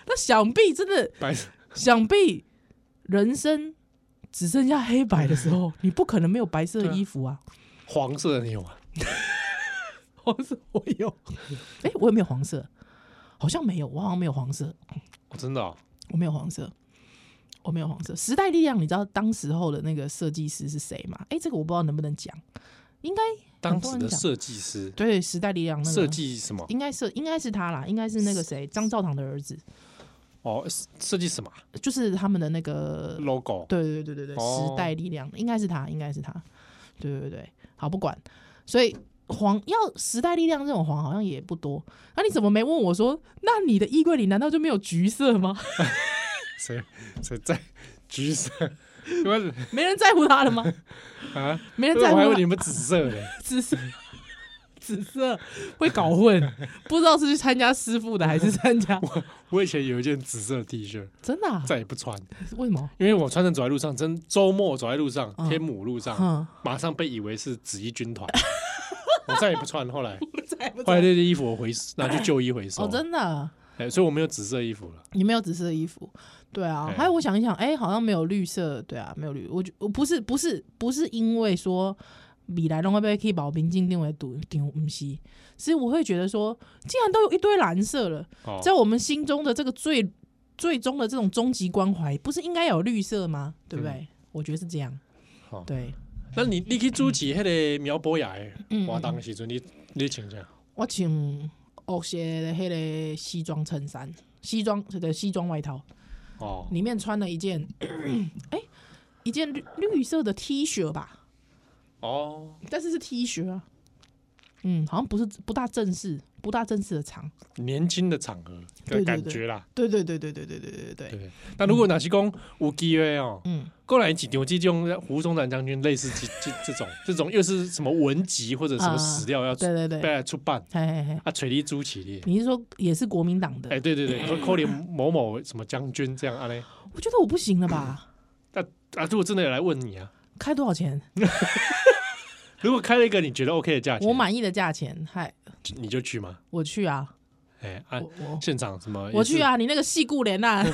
S3: 那想必真的，
S2: 白色
S3: 想必人生只剩下黑白的时 候，你不可能没有白色的衣服啊。
S2: 黄色的你有吗？
S3: 黄色我有，哎、我有没有黄色？好像没有，我好像没有黄色，
S2: 哦真的哦，
S3: 我没有黄色。我没有黄色，时代力量，你知道当时候的那个设计师是谁吗？哎、这个我不知道能不能讲，应该
S2: 当时的设计师
S3: 对时代力量那个
S2: 设计什么？
S3: 应该是应该是他啦，应该是那个谁张兆堂的儿子，
S2: 哦，设计什么啊
S3: 就是他们的那个
S2: logo？
S3: 对对对对对，
S2: 哦
S3: 时代力量应该是他，应该是他，对对对，好不管，所以黄要时代力量这种黄好像也不多，那你怎么没问我说，那你的衣柜里难道就没有橘色吗？
S2: 谁谁在橘色？ 我
S3: 没人在乎他了吗？
S2: 啊，
S3: 没人在
S2: 我还
S3: 乎
S2: 问你
S3: 他
S2: 们紫色嘞，
S3: 紫色。紫色会搞混，不知道是去参加师傅的还是参加
S2: 我以前有一件紫色的 T 恤，
S3: 真的、啊？
S2: 再也不穿，
S3: 为什么？
S2: 因为我穿着走在路上，真周末走在路上，
S3: 嗯
S2: 天母路上，
S3: 嗯，
S2: 马上被以为是紫衣 军团，我再也不穿。后来，
S3: 不在不
S2: 后来那件衣服我回拿去旧衣回收，
S3: 哦，真的啊、
S2: 哎，所以我没有紫色衣服了。
S3: 你没有紫色的衣服，对啊。
S2: 对
S3: 还有我想一想，哎、好像没有绿色，对啊，没有绿。我就我不是不是不是因为说米莱龙会不会可以把我民进定为赌丢不是，是我会觉得说，既然都有一堆蓝色了，
S2: 哦，
S3: 在我们心中的这个最最终的这种终极关怀，不是应该有绿色吗？对不对？我觉得是这样。
S2: 好
S3: 对，
S2: 那你你去主持迄个苗博雅的
S3: 嗯
S2: 活动的时阵，你你请假
S3: 我穿黑色的黑个西装衬衫，西装的西装外套。
S2: 哦，
S3: 里面穿了一件， 哎、一件绿绿色的 T 恤吧，
S2: 哦，
S3: 但是是 T 恤啊，嗯，好像不是不大正式，不大正式的场。
S2: 年轻的场合的
S3: 对对
S2: 感
S3: 对
S2: 觉啦，
S3: 对对对对对对对对对
S2: 对
S3: 对，
S2: 不对？那如果哪是讲有机会哦，
S3: 嗯，
S2: 过来几丢这种胡宗南将军类似这这这种这种又是什么文集或者什么史料要出
S3: 对对啊对，
S2: 被出版
S3: 嘿嘿嘿，
S2: 啊，锤力朱起列。
S3: 你是说也是国民党的？
S2: 哎，对对对，说扣连某某什么将军这样啊嘞，
S3: 我觉得我不行了吧？
S2: 啊，如果真的有来问你啊，
S3: 开多少钱？
S2: 如果开了一个你觉得 OK 的价钱，
S3: 我满意的价钱，嗨，
S2: 你就去吗？
S3: 我去啊，
S2: 哎啊
S3: 我，我
S2: 现场什么？
S3: 我去！啊！你那个戏故 联啊，
S2: 准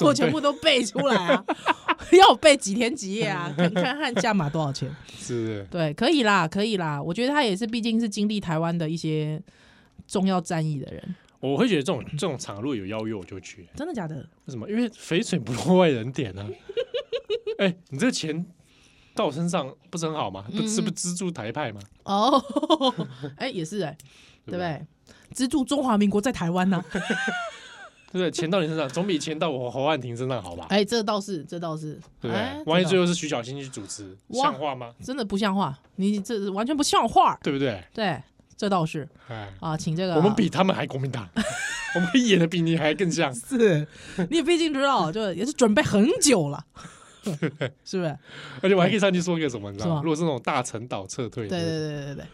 S2: 备
S3: 我全部都背出来啊， 要我背几天几夜啊？看看看价码多少钱？
S2: 是不是？
S3: 对，可以啦，可以啦。我觉得他也是，毕竟是经历台湾的一些重要战役的人，
S2: 我会觉得这种
S3: 嗯
S2: 这种场如果有邀约我就去，
S3: 真的假的？
S2: 为什么？因为肥水不落外人田 啊！哎，你这个钱到我身上不是很好吗？不
S3: 嗯
S2: 是不资助台派吗？
S3: 哦， 哎，也是哎、
S2: 对不
S3: 对不
S2: 对
S3: 对？资助中华民国在台湾 呢、
S2: 对不对？钱到你身上总比钱到我侯汉廷身上好吧？
S3: 哎，这倒是，这倒是，
S2: 对不
S3: 哎
S2: 对？万一
S3: 这倒
S2: 最后是徐小新去主持，
S3: 哇
S2: 像话吗？
S3: 真的不像话，你这完全不像话。
S2: 对不对？
S3: 对，这倒是
S2: 哎，
S3: 啊，请这个
S2: 我们比他们还国民 党，我们演的比你还更像。
S3: 是， 你毕竟知道，就也是准备很久 了，是不是？
S2: 而且我还可以上去说一个什么，你知道
S3: 是
S2: 吗
S3: 吗？
S2: 如果是那种大陈岛撤退，
S3: 对对对对对对，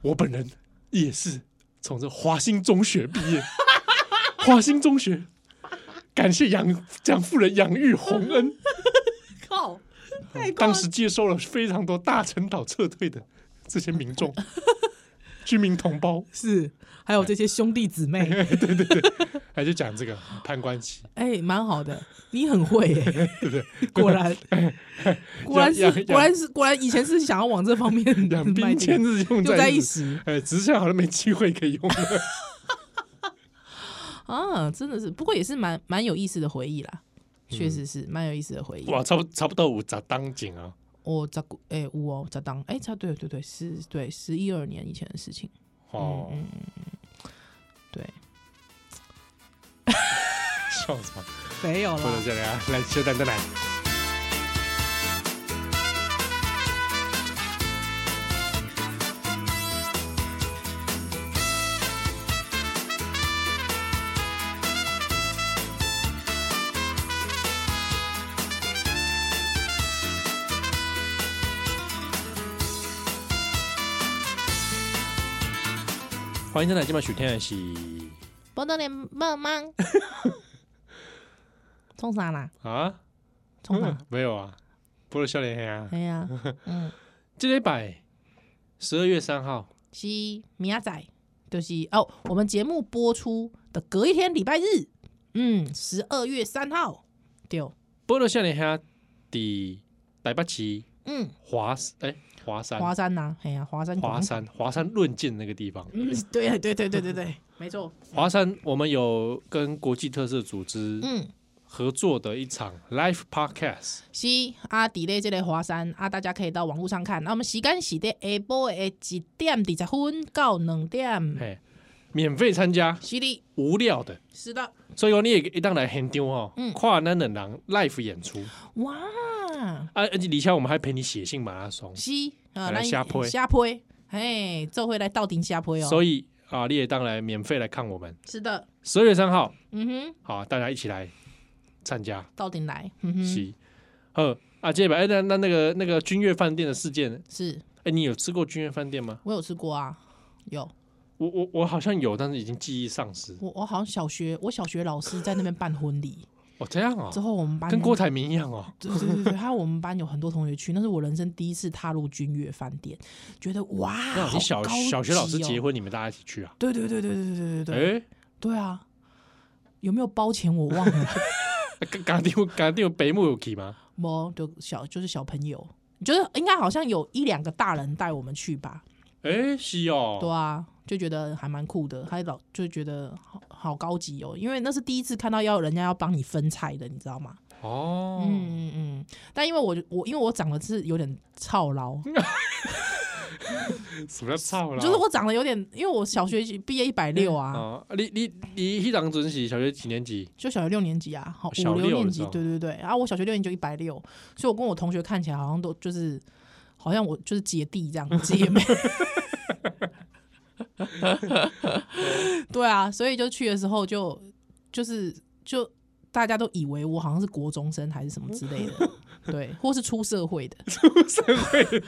S2: 我本人也是从这华兴中学毕业， 华兴中学，感谢杨蒋夫人养育洪恩，
S3: 靠，太
S2: 当时接收了非常多大陈岛撤退的这些民 众。居民同胞，
S3: 是，还有这些兄弟姊妹，
S2: 还就讲这个攀关系，
S3: 哎，蛮好的，你很会耶、
S2: 对不 对？
S3: 果然，果然
S2: 养
S3: 是，
S2: 养
S3: 果然是，果然以前是想要往这 方面
S2: 两
S3: 迈
S2: 兵
S3: 进
S2: 千日用
S3: 用在
S2: 一
S3: 一
S2: 时，
S3: 时
S2: 哎，只是现在好像没机会可以用了。
S3: 啊，真的是，不过也是蛮蛮有意思的回忆啦，确实是蛮有意思的回 忆。
S2: 哇，差不差不多有十当警啊！
S3: 我咋古哎五哦咋当哎，差对对对是，对十一二年以前的事情，嗯
S2: 哦，
S3: 对，
S2: 笑死我！
S3: 没有
S2: 回到这里啊，来，小蛋蛋来。欢迎再来，今晚收听的是
S3: 波多连 梦梦，冲啥啦？
S2: 啊，
S3: 冲啥？
S2: 没有啊，不是笑脸黑啊。
S3: 哎呀，嗯，
S2: 这礼拜十二月三号，
S3: 是明仔载，就是哦，我们节目播出的隔一天礼拜日，嗯，十二月三号，对，
S2: 波罗少年兄伫台北市
S3: 嗯，
S2: 华哎华山
S3: 华山呐，哎呀，华山广
S2: 华
S3: 场，
S2: 山华山论剑那个地方，
S3: 嗯，对啊对对对对对， 没错，
S2: 华山我们有跟国际特色组织
S3: 嗯。
S2: 合作的一场 live podcast，
S3: 是啊，伫咧即个华山啊，大家可以到网络上看。那、啊我们时间是伫下晡的一点二十分到两点。
S2: 哎，免费参加，
S3: 是的，
S2: 无料的，
S3: 是的，
S2: 所以哦说你也一当来很丢哦
S3: 嗯，
S2: 跨南冷狼 live 演出
S3: 哇，
S2: 啊，而且李下我们还陪你写信马拉松，
S3: 是啊，
S2: 来
S3: 咱
S2: 下坡
S3: 下坡，嘿，做回来到顶下坡哦。
S2: 所
S3: 以
S2: 以啊，你也当来免费来看我们，
S3: 是的，
S2: 十二月三号，
S3: 嗯哼，
S2: 好，大家一起来参加。
S3: 到顶来，嗯哼，
S2: 是，呃啊，杰吧，哎，那那那个那个君悦饭店的事件，
S3: 是
S2: 哎，你有吃过君悦饭店吗？
S3: 我有吃过啊，有
S2: 我我我好像有，但是已经记忆丧失。
S3: 我我好像小学我小学老师在那边办婚礼
S2: 哦，这样哦
S3: 之，后，我们班
S2: 跟郭台铭一样哦。
S3: 对对对对，还有我们班有很多同学去，那是我人生第一次踏入君悦饭店，觉得哇，
S2: 那
S3: 好
S2: 你小
S3: 高级
S2: 小学老师
S3: 哦
S2: 结婚，你们大家一起去啊？
S3: 对对对对对对对对
S2: 哎，
S3: 对啊！有没有包钱我忘了，
S2: 刚刚定刚定北木有去吗？
S3: 我就小就是小朋友，就是应该好像有一两个大人带我们去吧？
S2: 哎，是
S3: 对
S2: 哦，
S3: 啊，就觉得还蛮酷的，还老就觉得好好高级哦，因为那是第一次看到要人家要帮你分菜的，你知道吗？
S2: 哦，
S3: 嗯嗯嗯。但因为我我因为我长得是有点操劳，
S2: 什么叫操啦？
S3: 嗯就是我长得有点，因为我小学毕业一百六啊，
S2: 啊，你你你一当准是小学几年级？
S3: 就小学六年级啊，好
S2: 小
S3: 五
S2: 六
S3: 六年
S2: 的时
S3: 级
S2: 候，
S3: 对对对。然、后我小学六年级就一百六，所以我跟我同学看起来好像都就是，好像我就是姐弟这样姐妹。 对啊，所以就去的时候就就是就大家都以为我好像是国中生还是什么之类的，对，或是出社会 的，
S2: 社会的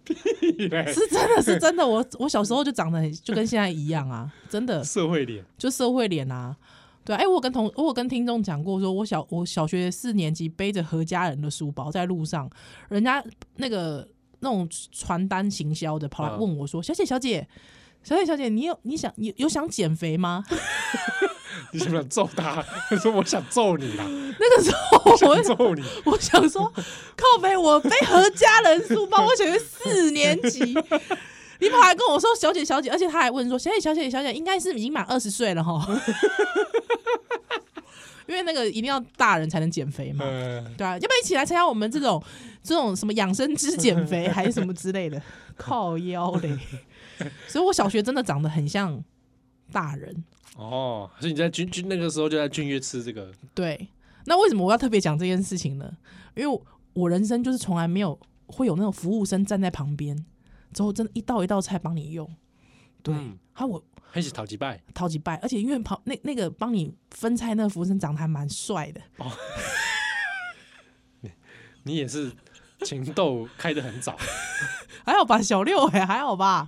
S2: 屁嘞，
S3: 是真的是真的。我我小时候就长得很就跟现在一样啊，真的
S2: 社会脸，
S3: 就社会脸啊。对啊，哎、我有跟同我有跟听众讲过说我小我小学四年级背着何家人的书包在路上，人家那个那种传单行销的跑来
S2: 嗯
S3: 问我说：“小姐，小姐，小姐，小姐，你有你想你有想减肥吗？”
S2: 你想不想揍他？ 他说我想揍你啦，
S3: 那个时候 我
S2: 想揍你，
S3: 我想说，靠背，我背何家人书包，我小学四年级，你跑来跟我说小姐小姐，而且他还问说小姐小姐小姐，应该是已经满二十岁了哈， 因为那个一定要大人才能减肥嘛，
S2: 嗯，
S3: 对啊，要不要一起来参加我们这种这种什么养生之减肥还是什么之类的，靠腰嘞，所以我小学真的长得很像大人，
S2: 哦，所以你在军军那个时候就在军约吃这个，
S3: 对，那为什么我要特别讲这件事情呢？因为我我人生就是从来没有会有那种服务生站在旁边，之后真的一道一道菜帮你用。对，
S2: 嗯
S3: 还有我
S2: 还是讨几拜
S3: 淘几拜，而且因为旁那那个帮你分菜那个服务生长得还蛮帅的，
S2: 哦，你也是情窦开得很早，
S3: 还好吧，小六哎、还好吧，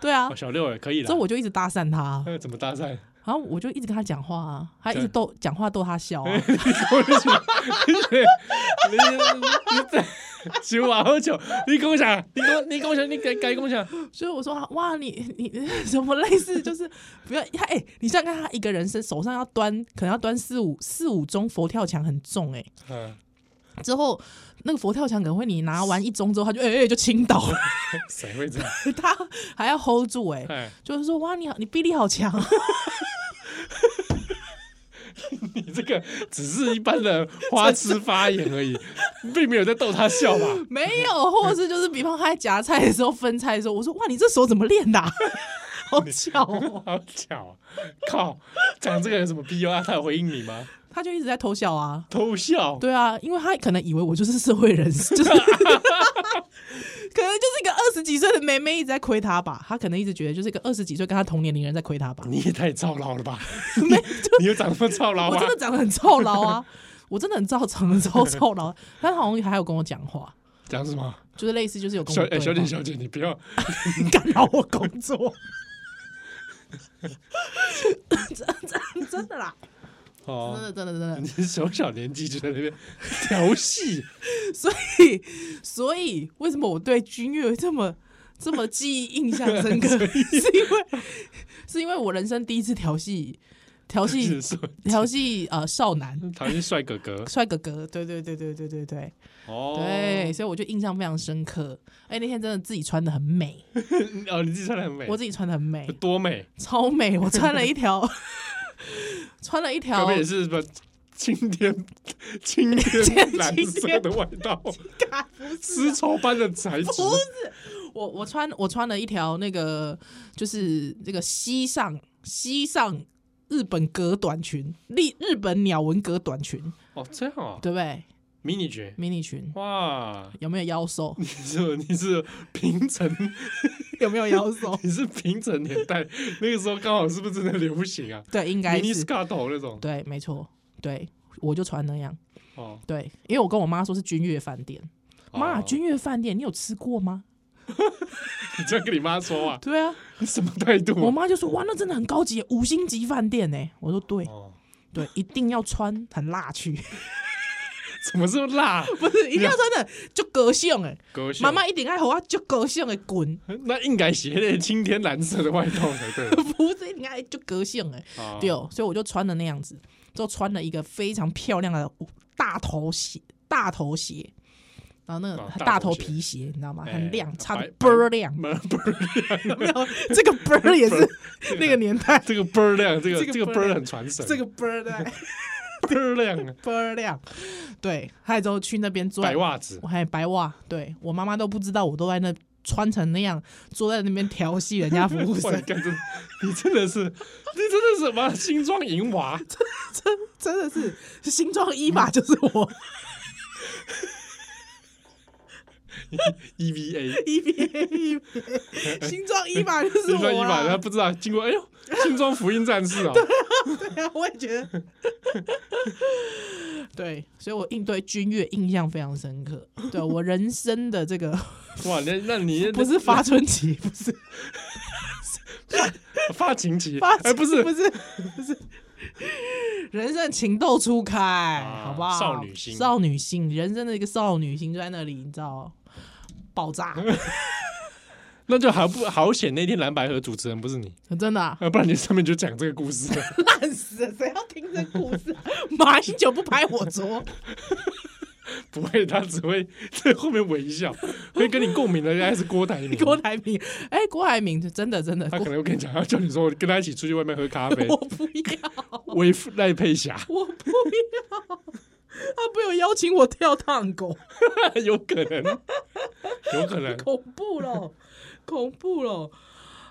S3: 对啊
S2: 哦，，小六也可以了
S3: 之后，我就一直搭讪他，
S2: 那怎么搭讪？
S3: 然后我就一直跟他讲话啊，他一直
S2: 对
S3: 逗讲话逗他笑、啊，
S2: 我就想，你你在酒啊喝酒，你跟我讲，你跟我你跟我讲，你改改跟我讲，
S3: 所以我说哇，你你什么类似就是不要他哎、你想想看他一个人身手上要端，可能要端四五四五钟佛跳墙很重哎、
S2: 嗯，
S3: 之后那个佛跳墙可能会你拿完一盅之后，他就哎、哎就倾倒了，
S2: 谁会这样？
S3: 他还要 hold 住哎、
S2: 哎，
S3: 就是说哇，你好，你臂力好强，
S2: 你这个只是一般的花痴发言而已，并没有在逗他笑吧？
S3: 没有，或者是就是比方他在夹菜的时候分菜的时候，我说哇，你这手怎么练的啊、 好巧哦，
S2: 好巧、啊，靠！讲这个有什么屁用啊？他有回应你吗？
S3: 他就一直在偷笑啊。
S2: 偷笑，
S3: 对啊，因为他可能以为我就是社会人士，就是 可能就是一个二十几岁的妹妹一直在亏他吧，他可能一直觉得就是一个二十几岁跟他同年龄人在亏他吧。
S2: 你也太操劳了 吧？
S3: 没，就
S2: 你有长这么操劳啊
S3: 我
S2: 吗
S3: 真？的长得很臭劳啊，我真的很照长得超臭劳，啊他好像还有跟我讲话，
S2: 讲什么？
S3: 就是类似就是有跟
S2: 小
S3: 我
S2: 哎、小姐
S3: 点
S2: 小姐，你不要
S3: 干扰哦我工作，真 真真的啦，真
S2: 哦，
S3: 的真的真的。
S2: 你小小年纪就在那边调戏，
S3: 所以，所以为什么我对君越这么这么记忆印象 深刻？是因为是因为我人生第一次调戏，调戏
S2: 是说
S3: 调戏呃少男
S2: 讨厌帅哥哥
S3: 帅哥哥，对对对对对对 对
S2: 哦，
S3: 对，所以我就印象非常深刻。哎，那天真的自己穿的很美，
S2: 哦，你自己穿的很美，
S3: 我自己穿的很 美，
S2: 多美，
S3: 超美，我穿了一条 穿了一
S2: 隔
S3: 条
S2: 壁也是什么青天 青天
S3: 天
S2: 蓝色的外套，
S3: 嘎不是
S2: 丝绸般的材质，
S3: 我我穿我穿了一条那个就是这个西上西上日本格短裙，日日本鸟纹格短裙，
S2: 哦，这样啊，
S3: 对不对？
S2: 迷你裙，
S3: 迷你裙
S2: 哇，
S3: 有没有腰瘦？
S2: 你是你是平成，
S3: 有没有腰瘦？
S2: 你是平成年代 那个时候刚好是不是真的流行啊？
S3: 对，应该
S2: 迷你
S3: 是
S2: skirt 头那种
S3: 对，没错，对，我就穿那样。
S2: 哦，
S3: 对，因为我跟我妈说是君悦饭店，妈，
S2: 哦
S3: 君悦饭店你有吃过吗？
S2: 你这样跟你妈说 啊，
S3: 对啊，
S2: 你什么态度？
S3: 我妈就说哇，那真的很高级，五星级饭店呢。我说对
S2: 哦，
S3: 对，一定要穿很辣去，
S2: 怎么这么辣？
S3: 不是一定要穿的 就个性哎。
S2: 狗血
S3: 妈妈一定爱互我足高兴的滚，
S2: 那应该写那青天蓝色的外套才对
S3: 不是一定爱足高兴的。
S2: 啊
S3: 对，哦，所以我就穿的那样子，之后穿了一个非常漂亮的大头鞋，大头鞋，然后那
S2: 哦
S3: 个
S2: 大
S3: 大
S2: 头
S3: 头
S2: 鞋
S3: 皮鞋，你知道吗？
S2: 哎
S3: 很亮，擦的
S2: 白
S3: 倍儿亮，
S2: 妈不是
S3: 有没有？这个倍儿也 是那个年代，
S2: 这个倍儿亮，这个
S3: 这个
S2: 这个倍
S3: 倍儿
S2: 儿
S3: 亮
S2: 很传神，
S3: 这个倍儿的
S2: 倍儿亮啊，
S3: 倍儿亮。对，还有之后去那边坐，
S2: 白袜子
S3: 我还白袜，对我妈妈都不知道，我都在那穿成那样，坐在那边调戏人家服务
S2: 哇，你
S3: 生，
S2: 干真，你真的是，你真的是什么新装银娃？
S3: 真 的是新装一码就是我。
S2: ，E EVA。
S3: EVA 新装一码就是
S2: 新
S3: 我啊
S2: 装一
S3: 啦
S2: 百，他不知道，经过哎呦，新装福音战士啊，
S3: 对啊，我也觉得， 对，所以我应对军乐印象非常深刻。对我人生的这 个
S2: 哇，那那你
S3: 不是发春期，不是
S2: 发情期，
S3: 发，
S2: 哎，不是
S3: 不是不是，人生情窦初开，好不好？
S2: 少女心
S3: 啊少女心，人生的一个少女心就在那里，你知道，爆 炸，
S2: 那就好不好险？那天蓝白河主持人不是你，
S3: 真的啊、
S2: 呃，不然你上面就讲这个故事 了。
S3: 烂死了，谁要听这故事、啊？ 马英九不拍我 桌，
S2: 不会，他只会在后面微 笑，会跟你共鸣的应该是郭台铭。
S3: 郭台铭，哎、郭台铭真的真的，
S2: 他
S3: 郭
S2: 可能会跟你讲，他啊叫你说跟他一起出去外面喝咖 啡，
S3: 我不要。
S2: 微赖佩霞
S3: 我不要， 他不有邀请我跳探狗，
S2: 有可能，有可能。
S3: 恐怖咯，恐怖咯。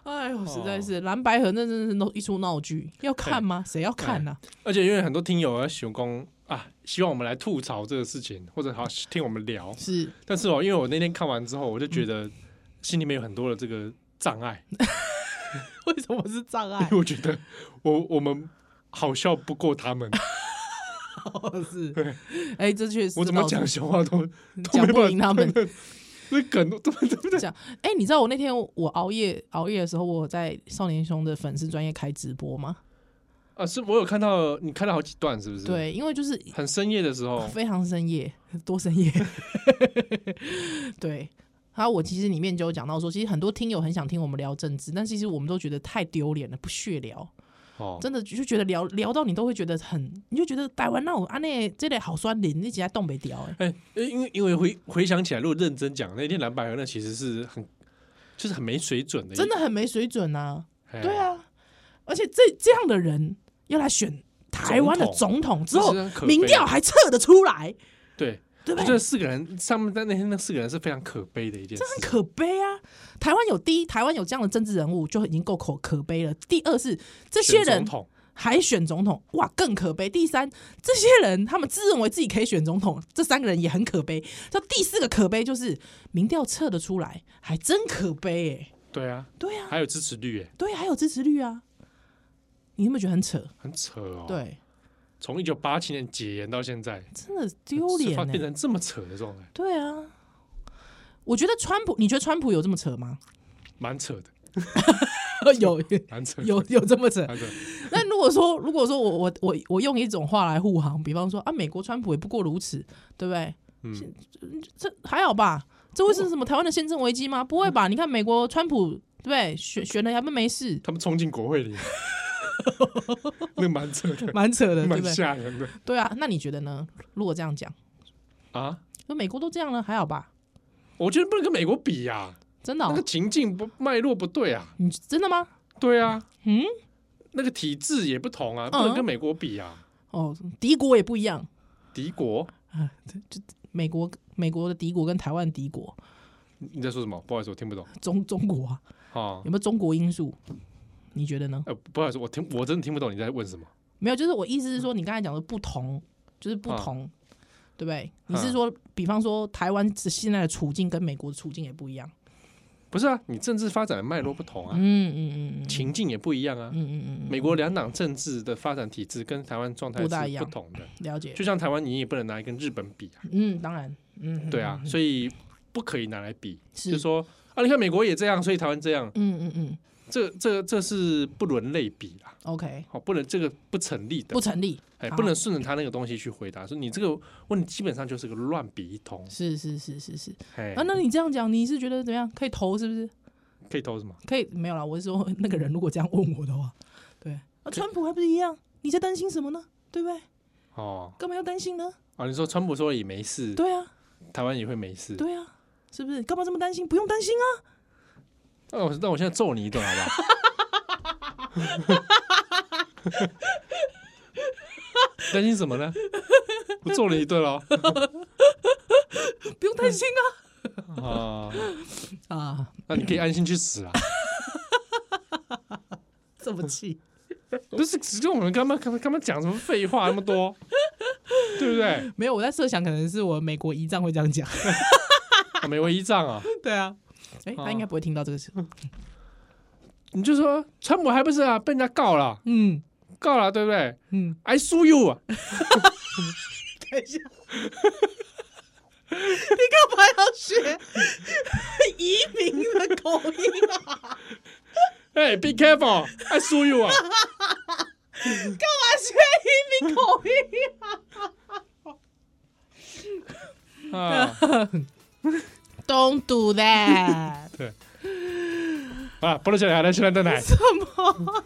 S3: 哎呦，实在是蓝白河那真是闹一出闹剧，要看吗？谁要看啊呢、
S2: 而且因为很多听友啊，喜欢啊，希望我们来吐槽这个事情，或者好听我们聊。
S3: 是
S2: 但是哦，因为我那天看完之后，我就觉得心里面有很多的这个障碍，
S3: 为什么是障
S2: 因
S3: 碍
S2: 为？我觉得我我们好笑不过他 们，
S3: 是，哎，这确实
S2: 我怎么
S3: 倒是嗯
S2: 讲笑话都
S3: 讲不赢他
S2: 都没
S3: 们。
S2: 办法那梗都对不对？
S3: 讲，哎，你知道我那天我熬夜熬夜的时候，我在少年兄的粉丝专业开直播吗？
S2: 啊，是我有看到你看到好几段，是不是？，
S3: 对，因为就是
S2: 很深夜的时候，
S3: 非常深夜， 多深夜。对，然后我其实里面就有讲到说，其实很多听友很想听我们聊政治，但其实我们都觉得太丢脸了，不屑聊。
S2: 哦，
S3: 真的就觉得聊聊到你都会觉得很，你就觉得台湾那种啊那这类好酸林，你起来东北屌哎，
S2: 哎，因为因为回回想起来，如果认真讲，那天蓝白河那其实是很就是很没水准的一，
S3: 真的很没水准啊。
S2: 哎
S3: 对，啊，而且这这样的人要来选台湾的总统之后
S2: 这是很可，悲
S3: 民调还测得出来，
S2: 对。
S3: 对不
S2: 我
S3: 对
S2: 觉？得四个人上面在那天那四个人是非常可悲的一件事
S3: 这，很可悲啊！台湾有第一，台湾有这样的政治人物就已经够可可悲了。第二是这些
S2: 选总
S3: 人
S2: 统
S3: 还选总统，哇，更可悲。第三，这些人他们自认为自己可以选总统，这三个人也很可悲。这第四个可悲就是民调测得出来，还真可悲哎、
S2: 对啊，
S3: 对啊，
S2: 还有支持率，哎，
S3: 对，还有支持率啊，你有没有觉得很扯？
S2: 很扯哦。，
S3: 对，
S2: 从一九八七年解严到现在，
S3: 真的丢脸
S2: 是发变
S3: 哎。
S2: 成这么扯的状态，
S3: 对啊，我觉得川普，你觉得川普有这么 扯吗？
S2: 蛮扯的，
S3: 有
S2: 蛮扯的，
S3: 有有这么扯？
S2: 蛮扯的。
S3: 那如果说，如果说我我我我用一种话来护航，比方说啊，美国川普也不过如此，对不对？
S2: 嗯，
S3: 这还好吧？这会是什么台湾的宪政危机吗？不会吧？你看美国川普，对不对？选选了他们没事，
S2: 他们冲进国会里，那蛮扯的，
S3: 蛮扯的，对
S2: 蛮
S3: 不对？
S2: 吓人的
S3: 对啊，那你觉得呢？如果这样讲，
S2: 啊！
S3: 那美国都这样了，还好吧？
S2: 我觉得不能跟美国比呀、啊，
S3: 真的哦、
S2: 那个情境不脉络不对啊，
S3: 你真的吗？
S2: 对啊，
S3: 嗯，
S2: 那个体制也不同啊，
S3: 嗯
S2: 不能跟美国比啊。
S3: 哦，敌国也不一样，
S2: 敌国，
S3: 美国美国的敌国跟台湾敌国，
S2: 你你在说什么？不好意思，我听不懂
S3: 中中国啊，
S2: 啊
S3: 有。没有中国因素？你觉得呢？
S2: 呃，不好意思，我听我真的听不懂你在问什么。
S3: 没有，就是我意思是说，你刚才讲的不同，就是不同，对不对？你是说，比方说台湾现在的处境跟美国的处境也不一样，
S2: 不是啊，你政治发展的脉络不同啊，
S3: 嗯嗯嗯
S2: 情境也不一样啊。
S3: 嗯嗯嗯嗯，
S2: 美国两党政治的发展体制跟台湾状态
S3: 不大一
S2: 是
S3: 样
S2: 不同的，
S3: 了解，
S2: 就像台湾你也不能拿来跟日本比啊，
S3: 嗯，当然，嗯，
S2: 对啊，所以不可以拿来比，
S3: 是
S2: 就说啊，你看美国也这样，所以台湾这样，
S3: 嗯嗯嗯
S2: 这这这是不伦类比啦，
S3: ，OK，
S2: 好，不能这个不成立的
S3: 不，成立，
S2: 哎，
S3: 好
S2: 不能顺着他那个东西去回答，说你这个问题基本上就是个乱比一通，
S3: 是是是是是，
S2: 哎
S3: 啊，，那你这样讲，你是觉得怎么样？可以投是不是？
S2: 可以投什么？
S3: 可以没有啦，我是说那个人如果这样问我的话，对，啊，川普还不是一样？你在担心什么呢？对不对？
S2: 哦，
S3: 干嘛要担心呢？
S2: 啊，你说川普说也没事，
S3: 对啊，
S2: 台湾也会没事，
S3: 对啊，是不是？干嘛这么担心？不用担心啊。
S2: 那我哦那我现在揍你一顿好不好？ 担心什么呢？我揍你一顿喽！
S3: 不用担心
S2: 啊，
S3: 啊！ 啊，
S2: 那你可以安心去死啊！
S3: 这么 气，
S2: 不是，只跟我们干嘛干嘛干嘛讲什么废话那么多，对不对？
S3: 没有我在设想，可能是我美国姨丈会这样讲，
S2: 啊没违一丈啊，
S3: 对啊，哎，他应该不会听到这个事。
S2: 你就说川普还不是啊，被人家告了，
S3: 嗯
S2: 告了，对不对
S3: 嗯，
S2: ？I sue you 啊，
S3: 等一 下，你干嘛要学移民的口音啊？
S2: 哎，Be careful，I sue you 啊，
S3: 干嘛学移民口音？
S2: 啊，
S3: Don't do that！
S2: 对，啊，菠萝小奶还来，现在在奶，
S3: 什么？